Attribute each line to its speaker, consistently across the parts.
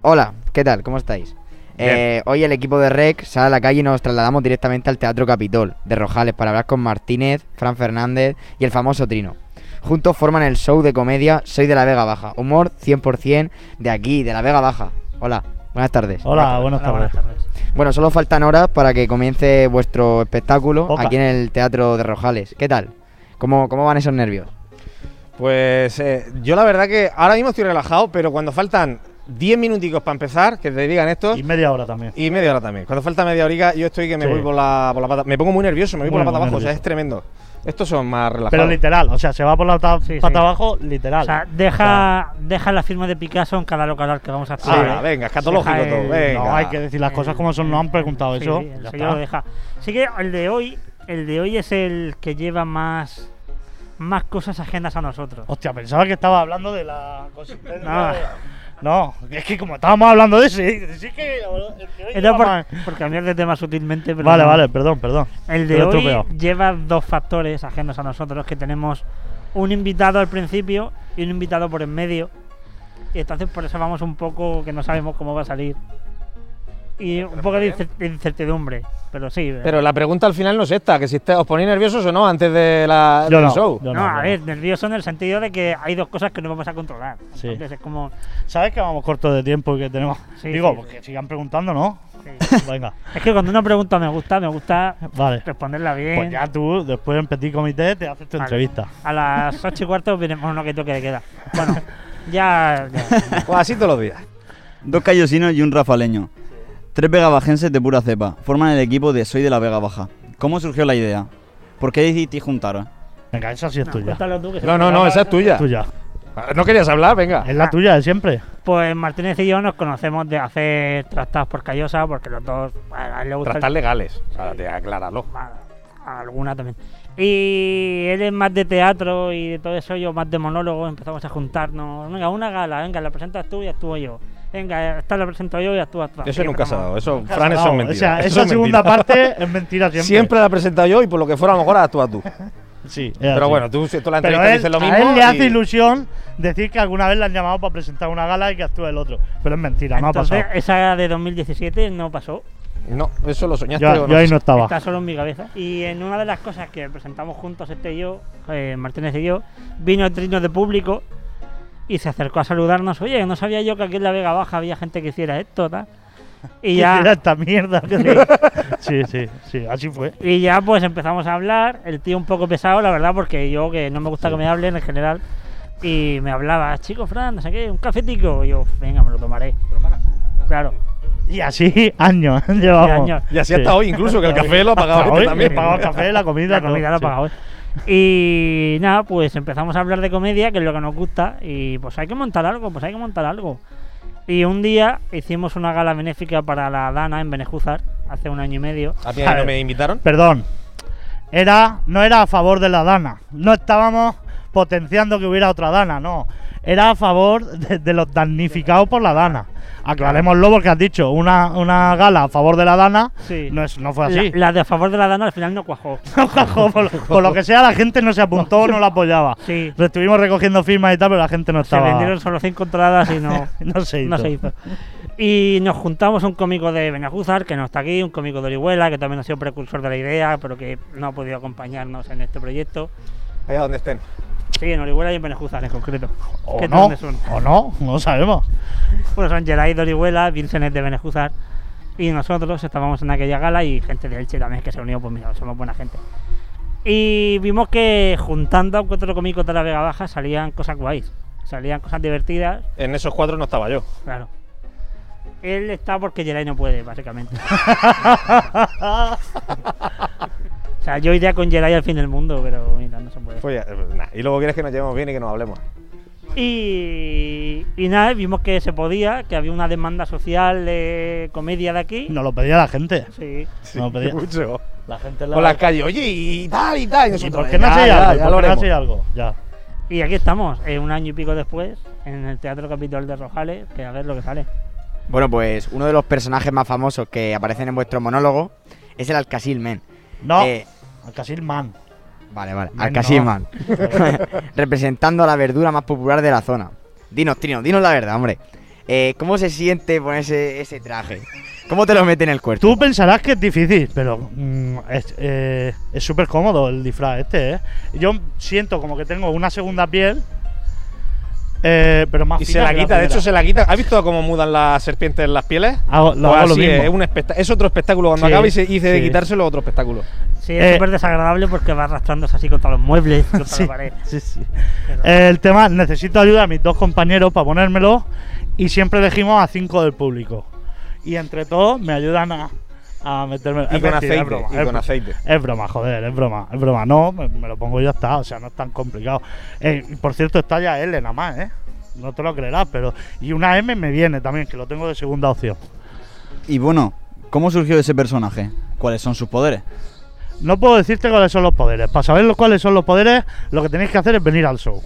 Speaker 1: Hola, ¿qué tal? ¿Cómo estáis? Eh, hoy el equipo de Rec sale a la calle y nos trasladamos directamente al Teatro Capitol de Rojales para hablar con Martínez, Fran Fernández y el famoso Trino. Juntos forman el show de comedia Soy de la Vega Baja, humor 100% de aquí, de la Vega Baja. Hola, buenas tardes.
Speaker 2: Hola, buenas tardes.
Speaker 1: Bueno, solo faltan horas para que comience vuestro espectáculo
Speaker 2: Oca.
Speaker 1: aquí en el Teatro de Rojales. ¿Qué tal? ¿Cómo, cómo van esos nervios?
Speaker 3: Pues eh, yo la verdad que ahora mismo estoy relajado, pero cuando faltan 10 minuticos para empezar, que te digan esto,
Speaker 2: Y media hora también.
Speaker 3: y media hora también. Cuando falta media horica, yo estoy que me
Speaker 2: Sí.
Speaker 3: voy por la, por la pata. Me pongo muy nervioso, me voy
Speaker 2: Muy,
Speaker 3: por la pata
Speaker 2: muy
Speaker 3: abajo, o sea,
Speaker 2: nervioso.
Speaker 3: es tremendo. Estos son más
Speaker 2: Pero
Speaker 3: relajados.
Speaker 2: literal, o sea, se va por la ta-
Speaker 4: Sí, sí.
Speaker 2: pata abajo, literal.
Speaker 4: O sea, deja, deja la firma de Picasso en cada local que vamos a
Speaker 3: Sí,
Speaker 2: ah,
Speaker 4: hacer.
Speaker 3: venga, escatológico
Speaker 4: Deja el-
Speaker 3: todo, venga.
Speaker 2: no, hay que decir las cosas como son, no han preguntado
Speaker 4: Sí,
Speaker 2: eso.
Speaker 4: sí,
Speaker 2: ya
Speaker 4: el
Speaker 2: está.
Speaker 4: señor lo deja. Así que el de hoy, el de hoy es el que lleva más, más cosas ajenas a nosotros.
Speaker 2: Hostia, pensaba que estaba hablando de la consistencia.
Speaker 4: No.
Speaker 2: de- No, es que como estábamos hablando de ese, sí que. el que hoy
Speaker 4: Era
Speaker 2: lleva
Speaker 4: por,
Speaker 2: más-
Speaker 4: por cambiar de tema sutilmente, pero
Speaker 2: Vale,
Speaker 4: no.
Speaker 2: vale, perdón, perdón.
Speaker 4: El
Speaker 2: Te
Speaker 4: de
Speaker 2: lo he
Speaker 4: hoy
Speaker 2: estropeado.
Speaker 4: lleva dos factores ajenos a nosotros, que tenemos un invitado al principio y un invitado por en medio. Y entonces por eso vamos un poco que no sabemos cómo va a salir. Y un poco de incer- de incertidumbre, pero sí.
Speaker 3: Pero la pregunta al final no es esta, que si está- os ponéis nerviosos o no antes de la,
Speaker 2: Yo
Speaker 3: del
Speaker 2: no,
Speaker 3: show.
Speaker 2: yo
Speaker 4: no,
Speaker 2: no,
Speaker 4: a
Speaker 2: no.
Speaker 4: ver, nervioso en el sentido de que hay dos cosas que no vamos a controlar.
Speaker 2: Sí.
Speaker 4: Entonces es como...
Speaker 2: ¿Sabes que vamos cortos de tiempo y que tenemos?
Speaker 4: Sí,
Speaker 2: Digo,
Speaker 4: sí,
Speaker 2: porque sigan preguntando, ¿no?
Speaker 4: sí.
Speaker 2: Venga,
Speaker 4: es que cuando una pregunta me gusta, me gusta
Speaker 2: vale.
Speaker 4: responderla bien.
Speaker 2: Pues ya tú, después en Petit Comité, te haces tu
Speaker 4: Vale.
Speaker 2: entrevista.
Speaker 4: A las ocho y cuarto veremos uno que toque de queda. Bueno, ya... ya.
Speaker 3: Pues así todos los días.
Speaker 5: Dos callosinos y un rafaleño. Tres vegabajenses de pura cepa. Forman el equipo de Soy de la Vega Baja. ¿Cómo surgió la idea? ¿Por qué decidisteis juntaros?
Speaker 2: Venga, esa sí es tuya.
Speaker 4: Cuéntalo tú, que se
Speaker 3: No,
Speaker 4: me
Speaker 3: no, no,
Speaker 4: acaba.
Speaker 3: esa es tuya.
Speaker 2: tuya.
Speaker 3: No querías hablar, venga.
Speaker 2: Es la tuya de siempre.
Speaker 4: Pues Martínez y yo nos conocemos de hacer tratados por Callosa, porque los dos bueno, a él le gusta el-
Speaker 3: Tratar legales, o sea, te acláralo.
Speaker 4: a- a alguna también. Y él es más de teatro y de todo eso, yo más de monólogo, empezamos a juntarnos. Venga, una gala, venga, la presentas tú y actúo yo. Venga, esta la presento yo y actúas tú. Así
Speaker 3: Eso
Speaker 4: que
Speaker 3: nunca ¿eh? se ha
Speaker 4: empezamos.
Speaker 3: dado, eso, Fran, eso es
Speaker 2: No,
Speaker 3: mentira.
Speaker 2: O sea,
Speaker 3: eso
Speaker 2: esa
Speaker 3: es
Speaker 2: segunda
Speaker 3: mentira.
Speaker 2: parte es mentira siempre.
Speaker 3: Siempre la he presentado yo y por lo que fuera a lo mejor actúa tú.
Speaker 2: Sí. es
Speaker 3: Pero
Speaker 2: así.
Speaker 3: bueno, tú, si tú la
Speaker 2: Pero
Speaker 3: entrevista
Speaker 2: él,
Speaker 3: dices lo
Speaker 2: a
Speaker 3: mismo.
Speaker 2: él le hace
Speaker 3: y-
Speaker 2: ilusión decir que alguna vez le han llamado para presentar una gala y que actúe el otro. Pero es mentira, no ha
Speaker 4: Entonces,
Speaker 2: pasado.
Speaker 4: esa de 2017 no pasó,
Speaker 3: No, eso lo soñaste.
Speaker 2: Yo,
Speaker 3: o
Speaker 2: yo ahí no estaba.
Speaker 4: está solo en mi cabeza. Y en una de las cosas que presentamos juntos, este y yo, eh, Martínez y yo, vino el trino de público y se acercó a saludarnos. Oye, no sabía yo que aquí en la Vega Baja había gente que hiciera esto, tal. Y ya.
Speaker 2: Mira esta mierda. sí, sí, sí, así fue.
Speaker 4: Y ya pues empezamos a hablar, el tío un poco pesado, la verdad, porque yo que no me gusta que me hablen en general. Y me hablaba, chico, Fran, no sé qué, un cafetico. Y yo, venga, me lo tomaré. Claro.
Speaker 2: Y así años llevamos.
Speaker 4: años.
Speaker 3: Y así
Speaker 2: Sí.
Speaker 3: hasta hoy, incluso, que el café lo ha pagado
Speaker 2: Hasta
Speaker 3: este
Speaker 2: hoy,
Speaker 3: también.
Speaker 2: he pagado el café, la comida,
Speaker 4: La comida la
Speaker 2: todo,
Speaker 4: ha pagado. ¿eh? Y nada, pues empezamos a hablar de comedia, que es lo que nos gusta, y pues hay que montar algo, pues hay que montar algo. Y un día hicimos una gala benéfica para la Dana en Benejúzar, hace un año y medio.
Speaker 3: A mí ahí no me invitaron.
Speaker 2: sí. Perdón. Era, no era a favor de la Dana. No estábamos potenciando que hubiera otra Dana, no. Era a favor de, de los damnificados por la Dana. Aclarémoslo porque has dicho una, una gala a favor de la Dana.
Speaker 4: Sí.
Speaker 2: No, es, no fue así.
Speaker 4: La, la de a favor de la Dana al final no cuajó.
Speaker 2: Ah, No cuajó, por, lo- por lo que sea, la gente no se apuntó o no la apoyaba.
Speaker 4: Sí.
Speaker 2: Estuvimos recogiendo firmas y tal, pero la gente no
Speaker 4: Se
Speaker 2: estaba.
Speaker 4: vendieron solo cinco entradas y no,
Speaker 2: No se hizo.
Speaker 4: no se hizo. Y nos juntamos un cómico de Benajúzar, que no está aquí, un cómico de Orihuela, que también ha sido precursor de la idea, pero que no ha podido acompañarnos en este proyecto.
Speaker 3: Allá donde estén.
Speaker 4: Sí, en Orihuela y en Benajúzar en concreto.
Speaker 2: O
Speaker 4: ¿Qué
Speaker 2: Oh, no,
Speaker 4: dónde son?
Speaker 2: o no, no sabemos.
Speaker 4: Bueno, son Geray de Orihuela, Vincent de Benejúzar y nosotros estábamos en aquella gala y gente de Elche también que se unió, pues mira, somos buena gente. Y vimos que juntando a cuatro cómicos de la Vega Baja salían cosas guays, salían cosas divertidas,
Speaker 3: En esos cuatro no estaba yo.
Speaker 4: claro. Él está porque Geray no puede, básicamente. o sea, yo iría con Geray al fin del mundo, pero mira, no se puede.
Speaker 3: Pues ya, eh, nah. Y luego quieres que nos llevemos bien y que nos hablemos.
Speaker 4: Y, y nada, vimos que se podía, que había una demanda social de comedia de aquí.
Speaker 2: Nos lo pedía la gente.
Speaker 4: Sí.
Speaker 2: Nos lo pedía.
Speaker 3: Mucho.
Speaker 2: La gente
Speaker 3: Por la calle, oye, y tal, y tal. Y
Speaker 2: ¿Y
Speaker 3: nosotros,
Speaker 2: por qué no
Speaker 3: ya,
Speaker 2: hacéis
Speaker 3: ya,
Speaker 2: algo? ¿Y
Speaker 3: ya lo
Speaker 2: por qué no
Speaker 3: haremos.
Speaker 2: hacéis algo? Ya.
Speaker 4: Y aquí estamos, eh, un año y pico después, en el Teatro Capitol de Rojales, que a ver lo que sale.
Speaker 1: Bueno, pues uno de los personajes más famosos que aparecen en vuestro monólogo es el Alcasilmen.
Speaker 2: No,
Speaker 1: Eh,
Speaker 2: casi el man.
Speaker 1: Vale, vale.
Speaker 2: Men
Speaker 1: Alcasilman. Representando a la verdura más popular de la zona. Dinos, Trino, dinos la verdad, hombre. Eh, ¿Cómo se siente ponerse ese traje? ¿Cómo te lo mete en el cuerpo?
Speaker 2: Tú pensarás que es difícil, pero mm, es eh, es súper cómodo el disfraz este, ¿eh? Yo siento como que tengo una segunda piel, eh, pero más
Speaker 3: Y se
Speaker 2: fina
Speaker 3: la
Speaker 2: que
Speaker 3: quita, de
Speaker 2: primera.
Speaker 3: hecho se la quita. ¿Has visto cómo mudan las serpientes las pieles?
Speaker 2: Hago- Ah, lo
Speaker 3: Pues
Speaker 2: hago lo
Speaker 3: así es,
Speaker 2: mismo.
Speaker 3: Es, un espectá- es otro espectáculo cuando
Speaker 2: Sí,
Speaker 3: acaba y se dice de
Speaker 2: sí.
Speaker 3: quitárselo otro espectáculo.
Speaker 4: Sí, es
Speaker 2: Eh,
Speaker 4: súper desagradable porque va arrastrándose así contra los muebles, contra
Speaker 2: Sí,
Speaker 4: la pared.
Speaker 2: sí, sí. El tema, necesito ayuda a mis dos compañeros para ponérmelo y siempre elegimos a cinco del público. Y entre todos me ayudan a, a meterme.
Speaker 3: Y
Speaker 2: es
Speaker 3: con
Speaker 2: mentira,
Speaker 3: aceite.
Speaker 2: es broma,
Speaker 3: y
Speaker 2: es
Speaker 3: con
Speaker 2: bro-
Speaker 3: aceite.
Speaker 2: Es broma, joder, es broma, es broma. No, me, me lo pongo y ya está, o sea, no es tan complicado. Eh, y por cierto, está ya L nada más, ¿eh? No te lo creerás, pero. Y una M me viene también, que lo tengo de segunda opción.
Speaker 5: Y bueno, ¿cómo surgió ese personaje? ¿Cuáles son sus poderes?
Speaker 2: No puedo decirte cuáles son los poderes. Para saber los- cuáles son los poderes, lo que tenéis que hacer es venir al show.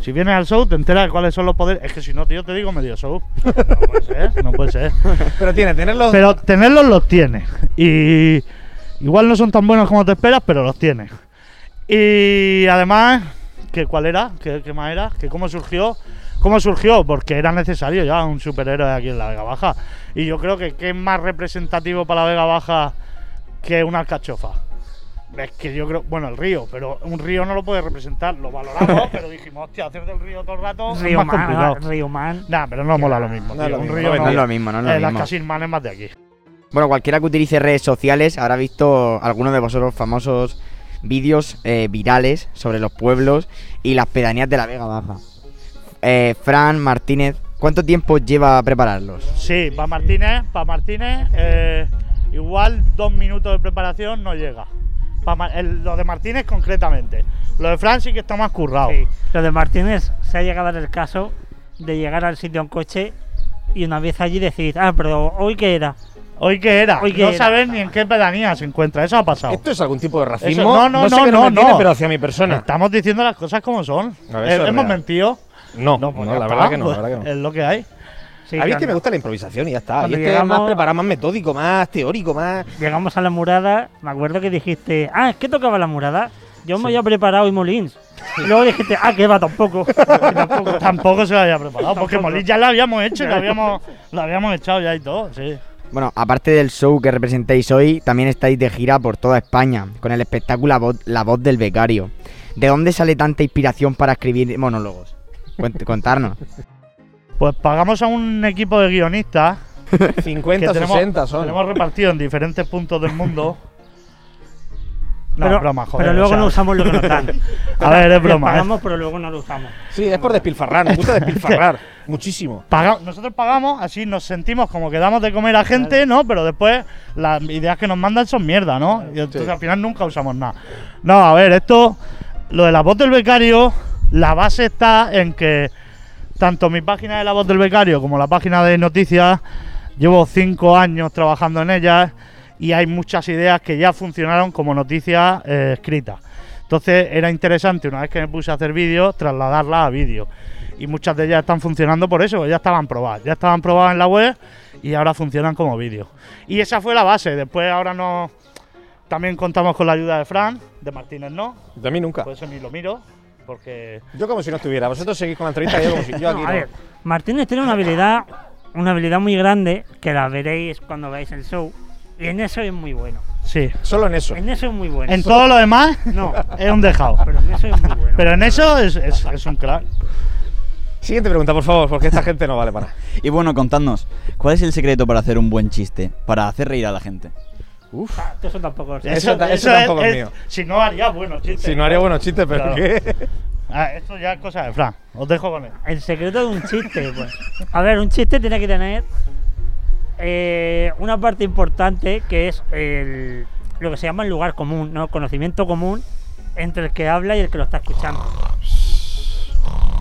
Speaker 2: Si vienes al show, te enteras de cuáles son los poderes. Es que si no, tío, te digo medio show. No puede ser, no puede ser.
Speaker 3: Pero tiene, tenerlos.
Speaker 2: Pero tenerlos los tienes. Y igual no son tan buenos como te esperas, pero los tienes. Y además, que ¿cuál era? ¿Qué, qué más era? ¿Que ¿Cómo surgió? ¿Cómo surgió? Porque era necesario ya un superhéroe aquí en la Vega Baja. Y yo creo que ¿qué es más representativo para la Vega Baja que una alcachofa? Es que yo creo, bueno, el río, pero un río no lo puede representar, lo valoramos, pero dijimos, hostia, hacer del río todo el rato es
Speaker 4: Río
Speaker 2: más complicado.
Speaker 4: Man, Río Man.
Speaker 2: Nah, pero no mola lo mismo.
Speaker 3: No es
Speaker 2: tío,
Speaker 3: lo
Speaker 2: un
Speaker 3: mismo,
Speaker 2: río
Speaker 1: no es lo mismo, no es lo
Speaker 2: eh, las
Speaker 1: mismo.
Speaker 2: Casirman es más de aquí.
Speaker 1: Bueno, cualquiera que utilice redes sociales habrá visto algunos de vosotros famosos vídeos eh, virales sobre los pueblos y las pedanías de la Vega Baja. Eh, Fran Martínez, ¿cuánto tiempo lleva prepararlos?
Speaker 2: Sí, para Martínez, para Martínez, eh, igual dos minutos de preparación no llega. Pa' Ma- el- lo de Martínez concretamente. Lo de Fran sí que está más currado.
Speaker 4: Sí. Lo de Martínez se ha llegado a dar el caso de llegar al sitio en coche y una vez allí decir, ah, pero hoy qué era.
Speaker 2: Hoy que era,
Speaker 4: Hoy que
Speaker 2: no
Speaker 4: era.
Speaker 2: sabes ni en qué pedanía se encuentra, eso ha pasado.
Speaker 3: ¿Esto es algún tipo de racismo?
Speaker 2: Eso- no, no,
Speaker 3: sé
Speaker 2: no,
Speaker 3: qué
Speaker 2: no,
Speaker 3: me tiene,
Speaker 2: no.
Speaker 3: pero hacia mi persona.
Speaker 2: Estamos diciendo las cosas como son.
Speaker 3: A ver,
Speaker 2: Eh,
Speaker 3: eso es
Speaker 2: hemos
Speaker 3: real.
Speaker 2: mentido.
Speaker 3: No, no,
Speaker 2: pues ya
Speaker 3: la
Speaker 2: está,
Speaker 3: verdad que no, la
Speaker 2: pues,
Speaker 3: verdad que no.
Speaker 2: Es lo que hay.
Speaker 4: Sí,
Speaker 3: a mí es
Speaker 4: claro.
Speaker 3: que me gusta la improvisación y ya está. Y
Speaker 4: Cuando
Speaker 3: este es más
Speaker 4: llegamos-
Speaker 3: preparado, más metódico, más teórico, más.
Speaker 4: Llegamos a la murada, me acuerdo que dijiste, ah, es que tocaba la murada. Yo me había preparado y Molins. Y luego dijiste, ah, que va tampoco. tampoco.
Speaker 2: Tampoco se lo había preparado, porque
Speaker 4: Tampoco.
Speaker 2: Molí ya lo habíamos hecho, y lo habíamos, lo habíamos echado ya y todo, sí.
Speaker 1: Bueno, aparte del show que representáis hoy, también estáis de gira por toda España con el espectáculo La Voz, La Voz del Becario. ¿De dónde sale tanta inspiración para escribir monólogos? Cuent- contarnos.
Speaker 2: Pues pagamos a un equipo de guionistas
Speaker 3: 50,
Speaker 2: que tenemos,
Speaker 3: 60 son.
Speaker 2: tenemos repartido en diferentes puntos del mundo. No,
Speaker 4: pero,
Speaker 2: es broma, joder.
Speaker 4: pero luego
Speaker 2: o sea,
Speaker 4: no usamos lo que nos dan.
Speaker 2: A ver, es
Speaker 4: Les
Speaker 2: broma. ¿eh?
Speaker 4: pagamos, pero luego no lo usamos.
Speaker 3: Sí, es por despilfarrar, me gusta despilfarrar. Muchísimo.
Speaker 2: Paga- nosotros pagamos, así nos sentimos como que damos de comer a gente, ¿no? Pero después las ideas que nos mandan son mierda, ¿no? Y entonces
Speaker 3: Sí.
Speaker 2: al final nunca usamos nada. No, a ver, esto, lo de la voz del becario, la base está en que tanto mi página de la voz del becario como la página de noticias, llevo cinco años trabajando en ellas y hay muchas ideas que ya funcionaron como noticias eh, escritas. Entonces era interesante, una vez que me puse a hacer vídeos, trasladarlas a vídeo. Y muchas de ellas están funcionando por eso, ya estaban probadas, ya estaban probadas en la web y ahora funcionan como vídeo. Y esa fue la base, después ahora no... También contamos con la ayuda de Fran, de Martínez no,
Speaker 3: De mí nunca.
Speaker 2: por eso ni lo miro, porque
Speaker 3: Yo como si no estuviera. Vosotros seguís con la entrevista y yo como si yo
Speaker 4: No,
Speaker 3: aquí
Speaker 4: a
Speaker 3: no.
Speaker 4: ver, Martínez tiene una habilidad, una habilidad muy grande que la veréis cuando veáis el show. Y en eso es muy bueno.
Speaker 2: sí.
Speaker 3: Solo en eso.
Speaker 4: En eso es muy bueno.
Speaker 2: En todo lo demás
Speaker 4: No,
Speaker 2: es un dejado.
Speaker 4: Ah, pero en eso es muy bueno.
Speaker 2: Pero en eso es, es- es un crack.
Speaker 3: Siguiente pregunta, por favor, porque esta gente no vale para nada.
Speaker 5: Y bueno, contadnos, ¿cuál es el secreto para hacer un buen chiste? Para hacer reír a la gente.
Speaker 4: Ah, Eso tampoco es.
Speaker 3: Eso ta- eso tampoco es mío.
Speaker 2: Si no haría buenos chistes.
Speaker 3: Si no haría buenos chistes, pero
Speaker 2: Claro.
Speaker 3: ¿qué?
Speaker 2: Ah, esto ya es cosa de Fran. Os dejo con él.
Speaker 4: El secreto de un chiste, pues. A ver, un chiste tiene que tener eh, una parte importante que es el- lo que se llama el lugar común, ¿no? Conocimiento común entre el que habla y el que lo está escuchando.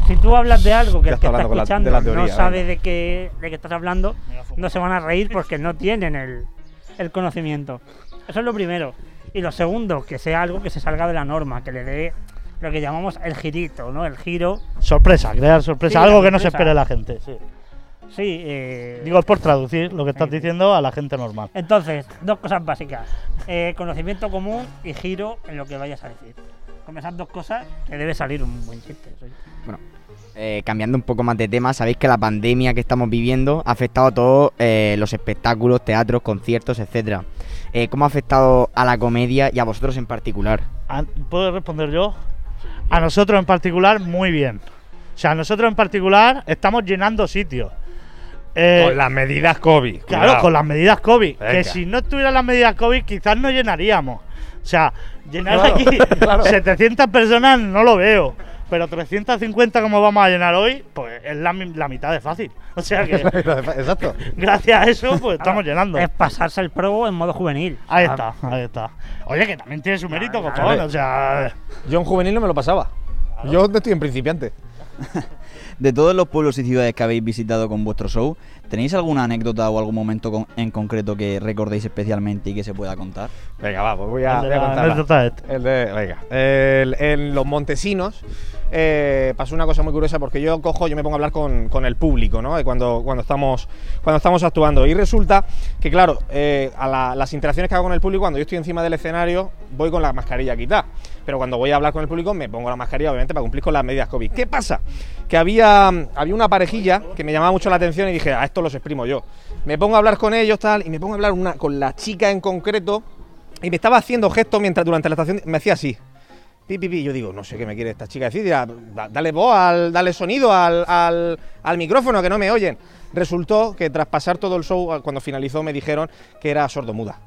Speaker 4: Si tú hablas de algo que
Speaker 3: Ya
Speaker 4: el
Speaker 3: está
Speaker 4: que está
Speaker 3: hablando con la- de
Speaker 4: escuchando
Speaker 3: la teoría,
Speaker 4: no
Speaker 3: venga.
Speaker 4: sabe de qué, de qué estás hablando, no se van a reír porque no tienen el, el conocimiento. Eso es lo primero. Y lo segundo, que sea algo que se salga de la norma, que le dé lo que llamamos el girito, ¿no? El giro.
Speaker 2: Sorpresa, crear sorpresa.
Speaker 4: Sí, la
Speaker 2: algo que no se
Speaker 4: sorpresa.
Speaker 2: espere la gente. sí.
Speaker 4: Sí, eh,
Speaker 2: Digo, es por traducir lo que estás
Speaker 4: Sí.
Speaker 2: diciendo a la gente normal.
Speaker 4: Entonces, dos cosas básicas. Eh, conocimiento común y giro en lo que vayas a decir. Con esas dos cosas te debe salir un buen chiste. sí.
Speaker 1: Bueno, eh, cambiando un poco más de tema, sabéis que la pandemia que estamos viviendo ha afectado a todos eh, los espectáculos, teatros, conciertos, etcétera. Eh, ¿Cómo ha afectado a la comedia y a vosotros en particular?
Speaker 2: A- ¿Puedo responder yo? A nosotros en particular, muy bien. O sea, nosotros en particular estamos llenando sitios. Eh,
Speaker 3: con las medidas COVID.
Speaker 2: Claro,
Speaker 3: cuidado.
Speaker 2: con las medidas COVID.
Speaker 3: Venga.
Speaker 2: Que si no estuvieran las medidas COVID, quizás no llenaríamos. O sea, llenar
Speaker 3: Claro,
Speaker 2: aquí 700 personas no lo veo. Pero 350 como vamos a llenar hoy, pues es la, mi- la mitad de fácil. O sea que
Speaker 3: Exacto.
Speaker 2: gracias a eso, pues estamos llenando.
Speaker 4: Es pasarse el pro en modo juvenil.
Speaker 2: Ahí
Speaker 4: Ah,
Speaker 2: está, ahí está. Oye, que también tiene su mérito,
Speaker 4: Claro,
Speaker 2: cojones.
Speaker 3: claro.
Speaker 2: O sea,
Speaker 3: Yo en juvenil no me lo pasaba. Yo estoy en principiante.
Speaker 5: De todos los pueblos y ciudades que habéis visitado con vuestro show, ¿tenéis alguna anécdota o algún momento con- en concreto que recordéis especialmente y que se pueda contar?
Speaker 3: Venga, va, pues voy a,
Speaker 2: el de
Speaker 3: voy a
Speaker 2: la
Speaker 3: contarla.
Speaker 2: anécdota este.
Speaker 3: El de- venga. El- en los Montesinos eh, pasó una cosa muy curiosa porque yo cojo, yo me pongo a hablar con, con el público, ¿no? Eh, Cuando, cuando, estamos, cuando estamos actuando. Y resulta que, claro, eh, a la- las interacciones que hago con el público, cuando yo estoy encima del escenario, voy con la mascarilla quitada. Pero cuando voy a hablar con el público, me pongo la mascarilla, obviamente, para cumplir con las medidas COVID. ¿Qué pasa? Que había, había una parejilla que me llamaba mucho la atención y dije, a esto los exprimo yo. Me pongo a hablar con ellos, tal, y me pongo a hablar una, con la chica en concreto. Y me estaba haciendo gestos mientras durante la estación me hacía así. Pi, pi, pi. Yo digo, no sé qué me quiere esta chica decir. dirá, da- dale voz, al, dale sonido al, al- al micrófono que no me oyen. Resultó que tras pasar todo el show, al- cuando finalizó, me dijeron que era sordomuda.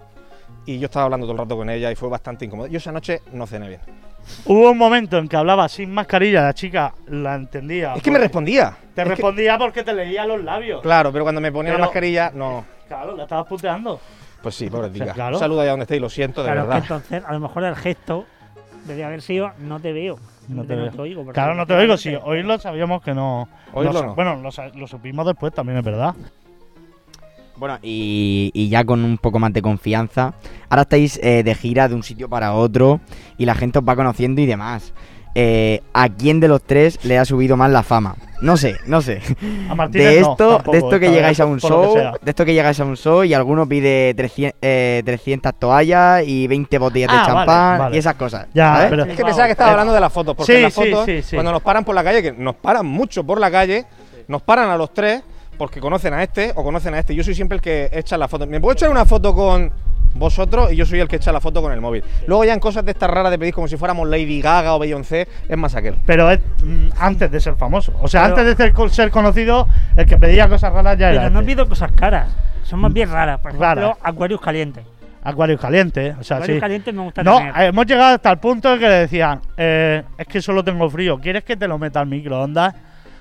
Speaker 3: Y yo estaba hablando todo el rato con ella y fue bastante incómodo. Yo esa noche no cené bien.
Speaker 2: Hubo un momento en que hablaba sin mascarilla, la chica la entendía.
Speaker 3: Es que me
Speaker 2: porque-
Speaker 3: respondía.
Speaker 2: Ah, pues, Te
Speaker 3: Es que-
Speaker 2: respondía porque te leía los labios.
Speaker 3: claro, pero cuando me ponía la
Speaker 2: Pero-
Speaker 3: mascarilla, no.
Speaker 2: Claro, la estabas puteando.
Speaker 3: Pues sí, pobre chica.
Speaker 2: claro.
Speaker 3: Un saludo allá donde esté y lo siento, de
Speaker 4: Claro, es que
Speaker 3: verdad.
Speaker 4: entonces a lo mejor el gesto debía haber sido no te veo.
Speaker 2: No te veo.
Speaker 4: oigo, porque-
Speaker 2: Claro, no te oigo. Sí, oírlo sabíamos que no.
Speaker 3: Oírlo
Speaker 2: lo sa-
Speaker 3: no.
Speaker 2: Bueno, lo, sa- lo supimos después también, es verdad.
Speaker 1: Bueno, y, y ya con un poco más de confianza. Ahora estáis eh, de gira de un sitio para otro y la gente os va conociendo y demás. Eh, ¿A quién de los tres le ha subido más la fama? No sé, no sé.
Speaker 2: A Martínez
Speaker 1: De
Speaker 2: no,
Speaker 1: esto,
Speaker 2: tampoco,
Speaker 1: de esto que
Speaker 2: esta
Speaker 1: llegáis
Speaker 2: vez,
Speaker 1: a un
Speaker 2: por lo que
Speaker 1: show,
Speaker 2: sea.
Speaker 1: de esto que llegáis a un show y alguno pide 300, eh, 300 toallas y 20 botellas
Speaker 2: Ah,
Speaker 1: de
Speaker 2: vale,
Speaker 1: champán
Speaker 2: vale.
Speaker 1: y esas cosas.
Speaker 2: Ya,
Speaker 1: ¿sabes?
Speaker 2: pero-
Speaker 3: Es que pensaba que estaba hablando de las fotos, porque
Speaker 2: Sí,
Speaker 3: en las
Speaker 2: sí,
Speaker 3: fotos,
Speaker 2: sí, sí.
Speaker 3: cuando nos paran por la calle, que nos paran mucho por la calle, nos paran a los tres porque conocen a este o conocen a este. Yo soy siempre el que echa la foto. Me puedo echar una foto con vosotros y yo soy el que echa la foto con el móvil. Luego ya en cosas de estas raras de pedir como si fuéramos Lady Gaga o Beyoncé, es más aquel.
Speaker 2: Pero es mm, antes de ser famoso. O sea,
Speaker 4: Pero-
Speaker 2: antes de ser, co- ser conocido, el que pedía cosas raras ya era.
Speaker 4: Pero no
Speaker 2: este.
Speaker 4: pido cosas caras. Son más bien raras. Por ejemplo,
Speaker 2: Raras.
Speaker 4: acuarios calientes.
Speaker 2: Acuarios calientes. O sea,
Speaker 4: acuarios
Speaker 2: sí.
Speaker 4: calientes me gusta
Speaker 2: No, eh,
Speaker 4: tener.
Speaker 2: hemos llegado hasta el punto de que le decían, eh, es que solo tengo frío, ¿quieres que te lo meta al microondas?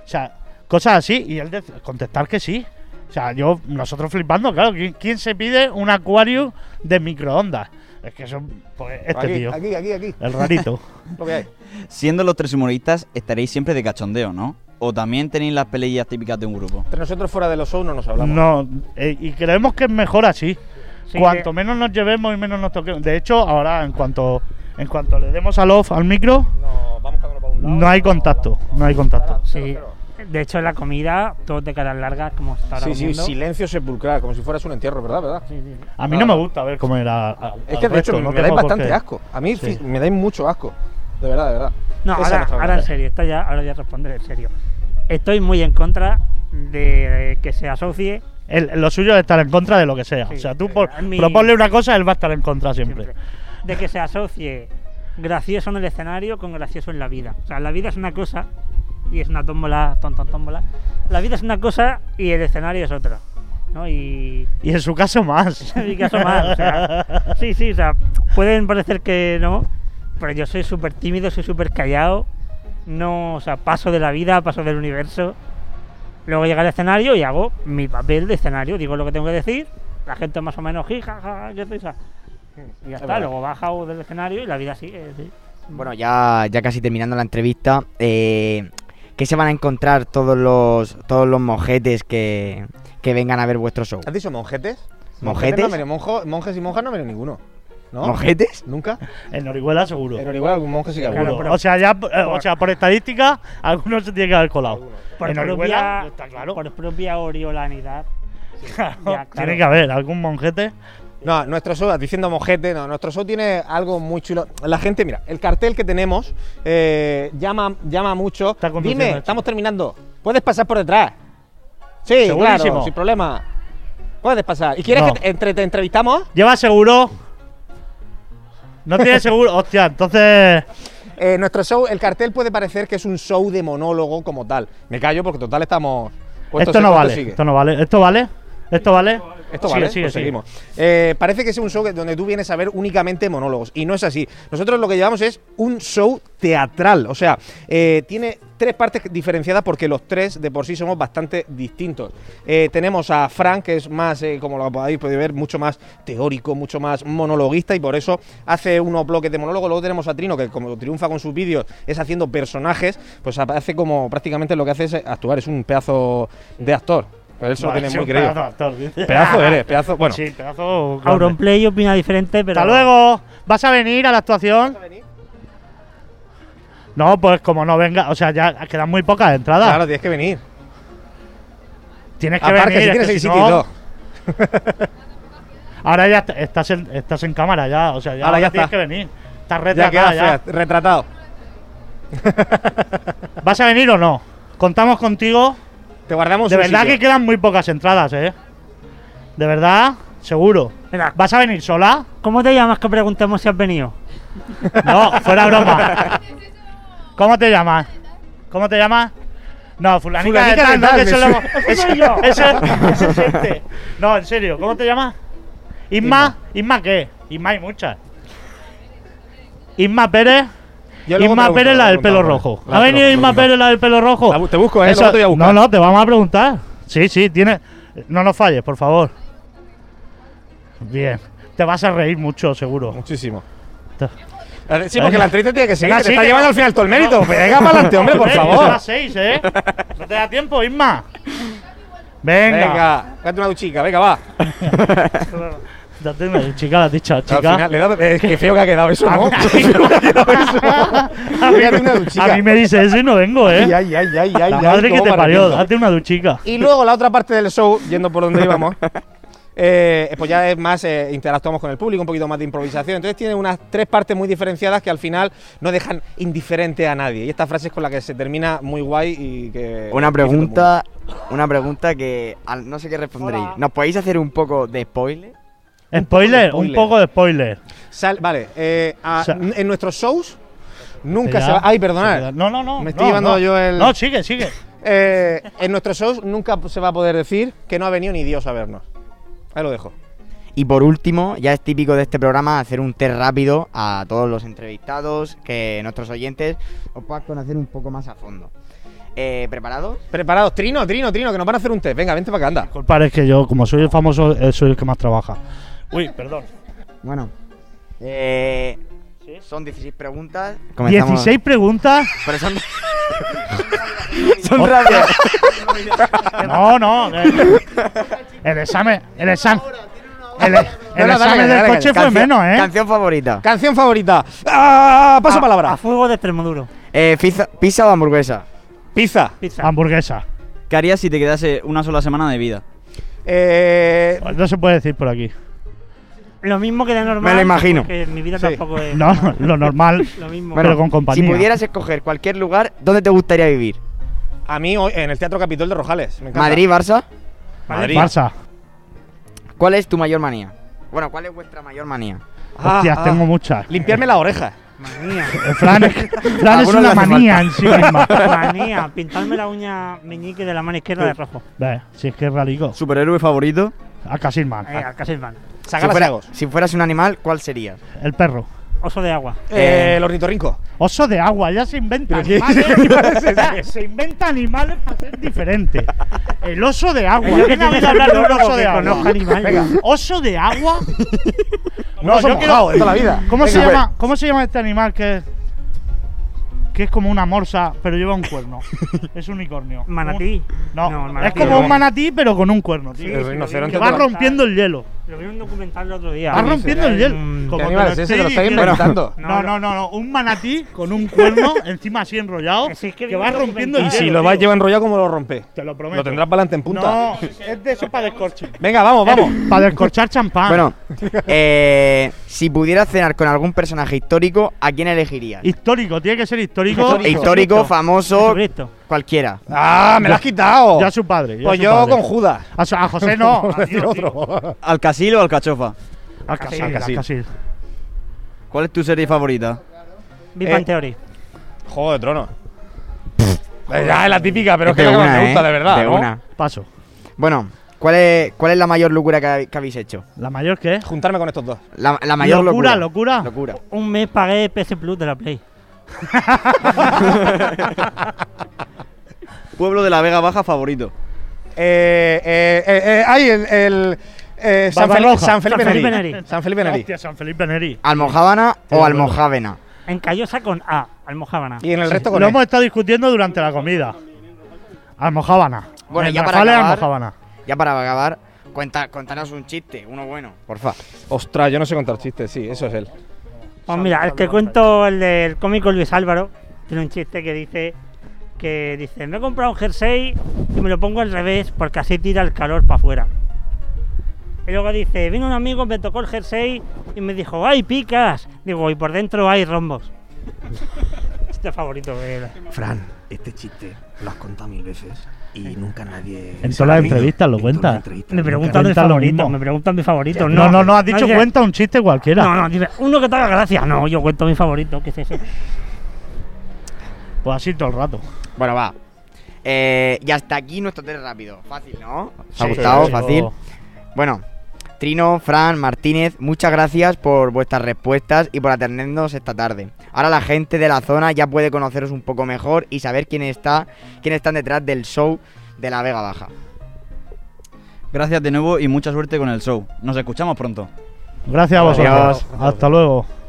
Speaker 2: O sea, cosas así, y él de- contestar que sí. O sea, yo, nosotros flipando, claro, ¿quién, quién se pide un acuario de microondas? Es que son, pues, este
Speaker 3: aquí,
Speaker 2: tío,
Speaker 3: aquí, aquí, aquí,
Speaker 2: el rarito.
Speaker 3: lo que hay.
Speaker 5: Siendo los tres humoristas, estaréis siempre de cachondeo, ¿no? O también tenéis las peleas típicas de un grupo.
Speaker 3: Entre nosotros fuera de los shows no nos hablamos.
Speaker 2: no, eh, y creemos que es mejor así.
Speaker 4: Sí,
Speaker 2: cuanto
Speaker 4: de-
Speaker 2: menos nos llevemos y menos nos toquemos. De hecho, ahora, en cuanto, en cuanto le demos al off al micro,
Speaker 3: No, vamos cada uno para un lado.
Speaker 2: no hay contacto, no hay contacto.
Speaker 4: Sí. De hecho, en la comida, todos de caras largas, como se está ahora
Speaker 3: Sí, sí,
Speaker 4: comiendo.
Speaker 3: silencio sepulcral, como si fueras un entierro, ¿verdad? ¿Verdad?
Speaker 4: Sí, sí.
Speaker 2: A mí no me gusta ver cómo era. al-
Speaker 3: Es
Speaker 2: al
Speaker 3: que de hecho
Speaker 2: resto,
Speaker 3: me-
Speaker 2: no
Speaker 3: me dais
Speaker 2: tengo por
Speaker 3: bastante
Speaker 2: qué.
Speaker 3: asco. A mí
Speaker 2: Sí.
Speaker 3: fi- me dais mucho asco. De verdad, de verdad.
Speaker 4: No,
Speaker 3: Esa es
Speaker 4: ahora,
Speaker 3: nuestra
Speaker 4: ahora en
Speaker 3: batalla.
Speaker 4: serio, esta ya, ahora ya responderé en serio. Estoy muy en contra de que se asocie
Speaker 2: El- lo suyo es estar en contra de lo que sea.
Speaker 4: Sí,
Speaker 2: o sea, tú
Speaker 4: eh,
Speaker 2: por,
Speaker 4: a mí-
Speaker 2: proponle una cosa, él va a estar en contra siempre.
Speaker 4: siempre, de que se asocie gracioso en el escenario con gracioso en la vida. O sea, la vida es una cosa y es una tómbola, ton, ton, tómbola. La vida es una cosa y el escenario es otra. ¿no? Y
Speaker 2: Y en su caso más.
Speaker 4: en mi caso más. o sea, sí, sí, o sea, pueden parecer que no, pero yo soy súper tímido, soy súper callado. No, o sea, paso de la vida, paso del universo. Luego llega al escenario y hago mi papel de escenario, digo lo que tengo que decir. La gente más o menos jija, jaja, yo estoy, o sea, y ya
Speaker 3: Es
Speaker 4: está,
Speaker 3: verdad.
Speaker 4: luego baja del escenario y la vida sigue. sí.
Speaker 1: Bueno, ya, ya casi terminando la entrevista, eh, ¿qué se van a encontrar todos los, todos los mojetes que, que vengan a ver vuestro show?
Speaker 3: ¿Has dicho monjetes?
Speaker 1: ¿Monjetes?
Speaker 3: No han venido, monjo- monjes y monjas no han venido ninguno. ¿No?
Speaker 1: ¿Mojetes?
Speaker 3: ¿Nunca?
Speaker 2: en Orihuela seguro.
Speaker 3: Pero igual algún monje sí que ha
Speaker 4: Claro,
Speaker 3: habido.
Speaker 4: pero-
Speaker 2: o sea, ya, eh, o sea, por estadística, algunos se tiene que haber colado.
Speaker 4: Por,
Speaker 2: en Orihuela,
Speaker 4: propia,
Speaker 2: está claro.
Speaker 4: por propia oriolanidad.
Speaker 2: Claro,
Speaker 4: ya, claro.
Speaker 2: Tiene que haber algún monjete
Speaker 3: No, nuestro show, diciendo mojete, no, nuestro show tiene algo muy chulo. La gente, mira, el cartel que tenemos eh, llama, llama mucho.
Speaker 2: Está conduciendo,
Speaker 3: Dime,
Speaker 2: Nacho.
Speaker 3: estamos terminando. Puedes pasar por detrás. Sí,
Speaker 2: Segurísimo.
Speaker 3: claro, sin problema. Puedes pasar. ¿Y quieres
Speaker 2: No.
Speaker 3: que te, entre- te entrevistamos?
Speaker 2: ¿Lleva seguro? ¿No tiene seguro? Hostia, entonces.
Speaker 3: Eh, nuestro show, el cartel puede parecer que es un show de monólogo como tal. Me callo porque total estamos. ¿Cuánto
Speaker 2: Esto
Speaker 3: se-
Speaker 2: no
Speaker 3: cuánto
Speaker 2: vale.
Speaker 3: sigue?
Speaker 2: Esto no vale. ¿Esto vale? ¿Esto vale?
Speaker 3: Esto
Speaker 2: Sigue,
Speaker 3: vale,
Speaker 2: sigue,
Speaker 3: pues
Speaker 2: sigue.
Speaker 3: seguimos. Eh, parece que es un show que- donde tú vienes a ver únicamente monólogos y no es así. Nosotros lo que llevamos es un show teatral, o sea, eh, tiene tres partes diferenciadas porque los tres de por sí somos bastante distintos. Eh, tenemos a Frank, que es más, eh, como lo podéis podéis ver, mucho más teórico, mucho más monologuista y por eso hace unos bloques de monólogo. Luego tenemos a Trino, que como triunfa con sus vídeos, es haciendo personajes, pues hace como prácticamente lo que hace es actuar, es un pedazo de actor. Pero eso lo
Speaker 2: Vale,
Speaker 3: tiene
Speaker 2: sí,
Speaker 3: muy
Speaker 2: un
Speaker 3: creído.
Speaker 2: pedazo de actor, dice.
Speaker 3: Pedazo eres, pedazo. Bueno,
Speaker 2: Sí, pedazo. grande.
Speaker 4: Auronplay opina diferente, pero.
Speaker 2: Hasta luego. ¿Vas a venir a la actuación? No, pues como no venga, o sea, ya quedan muy pocas entradas.
Speaker 3: claro, tienes que venir.
Speaker 2: Tienes que
Speaker 3: Aparte,
Speaker 2: venir.
Speaker 3: si
Speaker 2: es
Speaker 3: tienes
Speaker 2: que
Speaker 3: el
Speaker 2: si
Speaker 3: City
Speaker 2: no-
Speaker 3: 2.
Speaker 2: Ahora ya est- estás en, estás en cámara ya, o sea, ya,
Speaker 3: Ahora ya
Speaker 2: tienes
Speaker 3: está.
Speaker 2: que venir. Estás
Speaker 3: Ya
Speaker 2: retratada
Speaker 3: queda
Speaker 2: ya.
Speaker 3: fea, retratado.
Speaker 2: ¿Vas a venir o no? Contamos contigo.
Speaker 3: Te guardamos
Speaker 2: De
Speaker 3: un
Speaker 2: verdad
Speaker 3: sitio.
Speaker 2: que quedan muy pocas entradas, ¿eh? De verdad, seguro.
Speaker 4: Mira.
Speaker 2: ¿Vas a venir sola?
Speaker 4: ¿Cómo te llamas que preguntemos si has venido?
Speaker 2: No, fuera broma. ¿Cómo te llamas? ¿Cómo te llamas? No, fulanica de
Speaker 3: Fulanica
Speaker 2: tal,
Speaker 3: de
Speaker 2: no,
Speaker 3: tal,
Speaker 2: que
Speaker 3: me
Speaker 2: eso lo
Speaker 3: su-
Speaker 2: hemos- eso- eso- eso es gente. No, en serio, ¿cómo te llamas? Isma, Isma qué? Isma hay muchas. Isma Pérez.
Speaker 3: Yo luego
Speaker 2: Isma
Speaker 3: pregunto,
Speaker 2: Pérez, la del
Speaker 3: luego
Speaker 2: pelo
Speaker 3: preguntamos,
Speaker 2: rojo.
Speaker 3: la
Speaker 2: ¿Ha
Speaker 3: del
Speaker 2: venido
Speaker 3: pelo
Speaker 2: Isma
Speaker 3: rojo.
Speaker 2: Pérez, la del pelo rojo?
Speaker 3: La bu- te busco, ¿eh?
Speaker 2: Eso-
Speaker 3: Luego te voy a buscar.
Speaker 2: No, no, te vamos a preguntar. Sí, sí, tiene. No nos falles, por favor. Bien. Te vas a reír mucho, seguro.
Speaker 3: Muchísimo.
Speaker 2: Te-
Speaker 3: Sí, porque la entrevista tiene que seguir.
Speaker 2: Venga,
Speaker 3: que te
Speaker 2: sí,
Speaker 3: está
Speaker 2: que-
Speaker 3: llevando al final todo el mérito.
Speaker 2: No.
Speaker 3: Venga para adelante, hombre, por
Speaker 2: Joder, que Son
Speaker 3: favor.
Speaker 2: las seis, ¿eh? No te da tiempo, Isma. Venga.
Speaker 3: Venga, date una duchica, venga, va.
Speaker 2: Date una chica, la has dicho,
Speaker 3: Al
Speaker 2: chica.
Speaker 3: final, le he dado- eh, qué feo que ha quedado eso, ¿no? Qué feo que ha quedado eso.
Speaker 2: A mí,
Speaker 3: Date una duchica.
Speaker 2: a mí me dice eso y no vengo, ¿eh?
Speaker 3: Ay, ay, ay, ay, ay,
Speaker 2: la
Speaker 3: ay,
Speaker 2: madre que
Speaker 3: cómo
Speaker 2: te
Speaker 3: me
Speaker 2: parió,
Speaker 3: arrepiento.
Speaker 2: date una duchica.
Speaker 3: Y luego la otra parte del show, yendo por donde íbamos, eh, pues ya es más, eh, interactuamos con el público, un poquito más de improvisación. Entonces tiene unas tres partes muy diferenciadas que al final no dejan indiferente a nadie. Y esta frase es con la que se termina muy guay y que...
Speaker 1: Eh, Una
Speaker 3: que hizo todo el mundo.
Speaker 1: pregunta, una pregunta que al- no sé qué responderéis.
Speaker 4: Hola.
Speaker 1: ¿Nos podéis hacer un poco de spoiler?
Speaker 2: Spoiler, un
Speaker 3: spoiler.
Speaker 2: poco de spoiler.
Speaker 3: Sal- vale, eh, a-
Speaker 2: O sea-
Speaker 3: en nuestros shows nunca
Speaker 2: Ya.
Speaker 3: se va... Ay,
Speaker 2: Se queda-
Speaker 3: perdonad.
Speaker 2: No, no, no.
Speaker 3: Me estoy
Speaker 2: no,
Speaker 3: llevando
Speaker 2: no.
Speaker 3: yo el-
Speaker 2: No, sigue, sigue.
Speaker 3: Eh, en nuestros shows nunca se va a poder decir que no ha venido ni Dios a vernos. Ahí lo dejo.
Speaker 1: Y por último, ya es típico de este programa hacer un test rápido a todos los entrevistados, que nuestros oyentes os puedan conocer un poco más a fondo. Eh, ¿Preparados?
Speaker 3: Preparados, Trino, Trino, Trino, que nos van a hacer un test. Venga, vente para acá, anda.
Speaker 2: Disculpad, es que yo, como soy el famoso, eh, soy el que más trabaja. Uy, perdón.
Speaker 1: Bueno. eh, son 16 preguntas. Comenzamos-
Speaker 2: 16 preguntas.
Speaker 1: Pero son...
Speaker 2: Oh.
Speaker 1: son rápidas.
Speaker 2: No, no. eh, El examen. El examen. El, el
Speaker 3: dale,
Speaker 2: examen
Speaker 3: dale,
Speaker 2: del
Speaker 3: dale,
Speaker 2: coche fue
Speaker 1: Canción-
Speaker 2: menos, ¿eh?
Speaker 1: Canción favorita.
Speaker 3: Canción favorita. Ah, paso
Speaker 4: a,
Speaker 3: palabra.
Speaker 4: A fuego de Extremoduro.
Speaker 1: Eh, pizza, pizza o hamburguesa.
Speaker 3: Pizza.
Speaker 4: Pizza.
Speaker 2: Hamburguesa.
Speaker 5: ¿Qué harías si te quedase una sola semana de vida?
Speaker 3: Eh,
Speaker 2: No se puede decir por aquí.
Speaker 4: Lo mismo que de normal.
Speaker 1: Me lo imagino.
Speaker 4: porque mi vida
Speaker 3: Sí.
Speaker 4: tampoco es.
Speaker 2: No, lo normal.
Speaker 4: Lo mismo.
Speaker 2: Bueno, Pero con compañía.
Speaker 1: Si pudieras escoger cualquier lugar, ¿dónde te gustaría vivir?
Speaker 3: a mí hoy en el Teatro Capitol de Rojales. Me encanta.
Speaker 1: ¿Madrid, Barça?
Speaker 3: Madrid.
Speaker 2: Barça.
Speaker 1: ¿Cuál es tu mayor manía? Bueno, ¿cuál es vuestra mayor manía?
Speaker 3: Ah,
Speaker 2: Hostias,
Speaker 3: ah.
Speaker 2: tengo muchas.
Speaker 3: Limpiarme la oreja.
Speaker 1: Manía.
Speaker 2: Eh, Fran, es- Fran es
Speaker 1: Algunos le
Speaker 2: una
Speaker 1: hace
Speaker 2: manía
Speaker 1: falta.
Speaker 2: en sí misma.
Speaker 4: Manía, pintarme la uña meñique de la mano izquierda de rojo.
Speaker 2: Ve, si es que es ralico.
Speaker 5: ¿Superhéroe favorito?
Speaker 2: A Casilman.
Speaker 4: Eh, al Casilman.
Speaker 1: Si,
Speaker 3: Sacar
Speaker 1: fuera-
Speaker 3: las
Speaker 1: si fueras un animal, ¿cuál serías?
Speaker 2: El perro.
Speaker 4: Oso de agua.
Speaker 3: eh, El ornitorrinco.
Speaker 2: Oso de agua, ya se inventa
Speaker 3: ¿Pero qué-
Speaker 2: animales.
Speaker 3: qué animal es
Speaker 2: O sea,
Speaker 3: ese?
Speaker 2: se inventa animales para ser diferente. El oso de agua.
Speaker 4: Es lo que
Speaker 2: ¿Quién ha
Speaker 4: tiene
Speaker 2: venido a
Speaker 4: que
Speaker 2: hablar de un
Speaker 4: hablar
Speaker 2: oso
Speaker 4: luego,
Speaker 2: de
Speaker 4: que
Speaker 2: agua?
Speaker 4: conozca animales. Venga.
Speaker 2: ¿Oso de agua?
Speaker 3: Un oso mojado de toda la vida.
Speaker 2: ¿Cómo, se
Speaker 3: Venga, pues.
Speaker 2: llama, ¿Cómo se llama este animal que es, que es como una morsa, pero lleva un cuerno? es un unicornio.
Speaker 4: Manatí.
Speaker 2: Un- no,
Speaker 4: No, el
Speaker 2: es
Speaker 4: manatí
Speaker 2: como
Speaker 3: no.
Speaker 2: un manatí, pero con un cuerno, tío.
Speaker 3: El rinoceronte
Speaker 2: que
Speaker 3: te
Speaker 2: va
Speaker 3: lo-
Speaker 2: rompiendo el hielo.
Speaker 4: Lo vi en un documental el otro día.
Speaker 2: Está rompiendo el hielo.
Speaker 4: Mm,
Speaker 6: ¿Qué
Speaker 2: Como te
Speaker 6: animal
Speaker 2: lo
Speaker 6: es ese?
Speaker 2: estoy
Speaker 6: Te lo está
Speaker 2: diciendo.
Speaker 6: inventando.
Speaker 2: No, no, no, no. Un manatí con un cuerno encima así enrollado
Speaker 4: Que sí, es que
Speaker 2: que,
Speaker 4: vi
Speaker 2: va
Speaker 4: un
Speaker 2: rompiendo el
Speaker 3: Y
Speaker 4: documental.
Speaker 2: hielo.
Speaker 3: si lo vas
Speaker 2: tío.
Speaker 3: lleva enrollado, ¿cómo lo rompe?
Speaker 2: Te lo prometo.
Speaker 3: Lo tendrás para adelante en punta.
Speaker 2: No, Eh. es de eso para descorchar.
Speaker 3: Venga, vamos, vamos.
Speaker 2: Para descorchar champán.
Speaker 1: Bueno, eh, si pudieras cenar con algún personaje histórico, ¿a quién elegirías?
Speaker 2: Histórico, tiene que ser histórico.
Speaker 1: Histórico, famoso,
Speaker 4: Jesucristo.
Speaker 1: cualquiera.
Speaker 3: Ah, me lo has quitado.
Speaker 2: Ya a su padre. ya a
Speaker 3: pues
Speaker 2: su
Speaker 3: yo
Speaker 2: padre.
Speaker 3: con Judas.
Speaker 2: A, su- a José no.
Speaker 3: Por
Speaker 2: a
Speaker 3: decir
Speaker 2: Dios,
Speaker 3: otro.
Speaker 5: ¿Al Casil o al Cachofa?
Speaker 2: tío. Al Casil,
Speaker 3: Al
Speaker 2: al
Speaker 3: Casil.
Speaker 2: Casil.
Speaker 5: ¿Cuál es tu serie favorita?
Speaker 4: Big
Speaker 3: Eh,
Speaker 4: Bang Theory.
Speaker 3: Juego de tronos. Eh, ya es la típica, pero es que
Speaker 1: De
Speaker 3: la que más
Speaker 1: una,
Speaker 3: me gusta,
Speaker 1: ¿eh?
Speaker 3: de verdad.
Speaker 1: De
Speaker 3: ¿no?
Speaker 1: una.
Speaker 2: Paso.
Speaker 1: Bueno, ¿cuál es, ¿cuál es la mayor locura que, hab- que habéis hecho?
Speaker 2: ¿La mayor qué es?
Speaker 3: Juntarme con estos dos.
Speaker 1: La, la mayor
Speaker 2: Locura,
Speaker 1: locura.
Speaker 2: locura.
Speaker 1: Locura.
Speaker 4: Un mes pagué PS Plus de la Play.
Speaker 5: Pueblo de la Vega Baja favorito.
Speaker 3: Eh, eh, eh, eh, ay, el. el eh, San,
Speaker 2: Barbarroja.
Speaker 3: Fel- San Felipe
Speaker 4: San Felipe
Speaker 3: Neri.
Speaker 4: Neri.
Speaker 3: San Felipe Neri.
Speaker 2: Hostia, San Felipe Neri.
Speaker 1: ¿Almojábana o
Speaker 2: bueno.
Speaker 1: almojávena?
Speaker 4: En Callosa con A, Almojábana.
Speaker 3: Y en el resto con
Speaker 2: Lo
Speaker 3: él.
Speaker 2: hemos estado discutiendo durante la comida. Almojábana.
Speaker 1: Bueno,
Speaker 2: En
Speaker 1: ya para
Speaker 2: Rafales,
Speaker 1: acabar.
Speaker 2: Almojábana.
Speaker 1: Ya para acabar, cuenta, contanos un chiste, uno bueno, porfa.
Speaker 3: Ostras, yo no sé contar chistes, sí, eso es él.
Speaker 4: Pues mira, el que cuento, el del cómico Luis Álvaro, tiene un chiste que dice que dice, me he comprado un jersey y me lo pongo al revés porque así tira el calor para afuera. Y luego dice, vino un amigo, me tocó el jersey y me dijo, ¡ay, picas! Digo, y por dentro hay rombos. Este favorito que era.
Speaker 7: Fran, este chiste lo has contado mil veces y nunca nadie.
Speaker 2: En
Speaker 7: se
Speaker 2: todas las
Speaker 7: ha reído.
Speaker 2: entrevistas lo
Speaker 7: En todas las
Speaker 2: cuentas.
Speaker 7: entrevistas
Speaker 4: Me
Speaker 7: nunca.
Speaker 4: preguntan mi
Speaker 2: Cuenta lo
Speaker 4: favorito,
Speaker 2: mismo.
Speaker 4: me preguntan mi
Speaker 3: Eh,
Speaker 4: favorito.
Speaker 2: No, no, no, has
Speaker 4: no
Speaker 2: dicho
Speaker 4: dice-
Speaker 2: cuenta un chiste cualquiera.
Speaker 4: No, no, dice, uno que te haga gracia. No, yo cuento mi favorito, ¿qué es eso?
Speaker 2: Pues así todo el rato.
Speaker 1: Bueno, va. Eh, y hasta aquí nuestro test rápido. Fácil, ¿no? ¿Os ha
Speaker 3: Sí,
Speaker 1: gustado?
Speaker 3: sí.
Speaker 1: Fácil.
Speaker 2: Oh.
Speaker 1: Bueno, Trino, Fran, Martínez, muchas gracias por vuestras respuestas y por atendernos esta tarde. Ahora la gente de la zona ya puede conoceros un poco mejor y saber quién está, quién están detrás del show de la Vega Baja.
Speaker 5: Gracias de nuevo y mucha suerte con el show. Nos escuchamos pronto.
Speaker 2: Gracias a vosotros.
Speaker 1: Adiós.
Speaker 2: Hasta luego.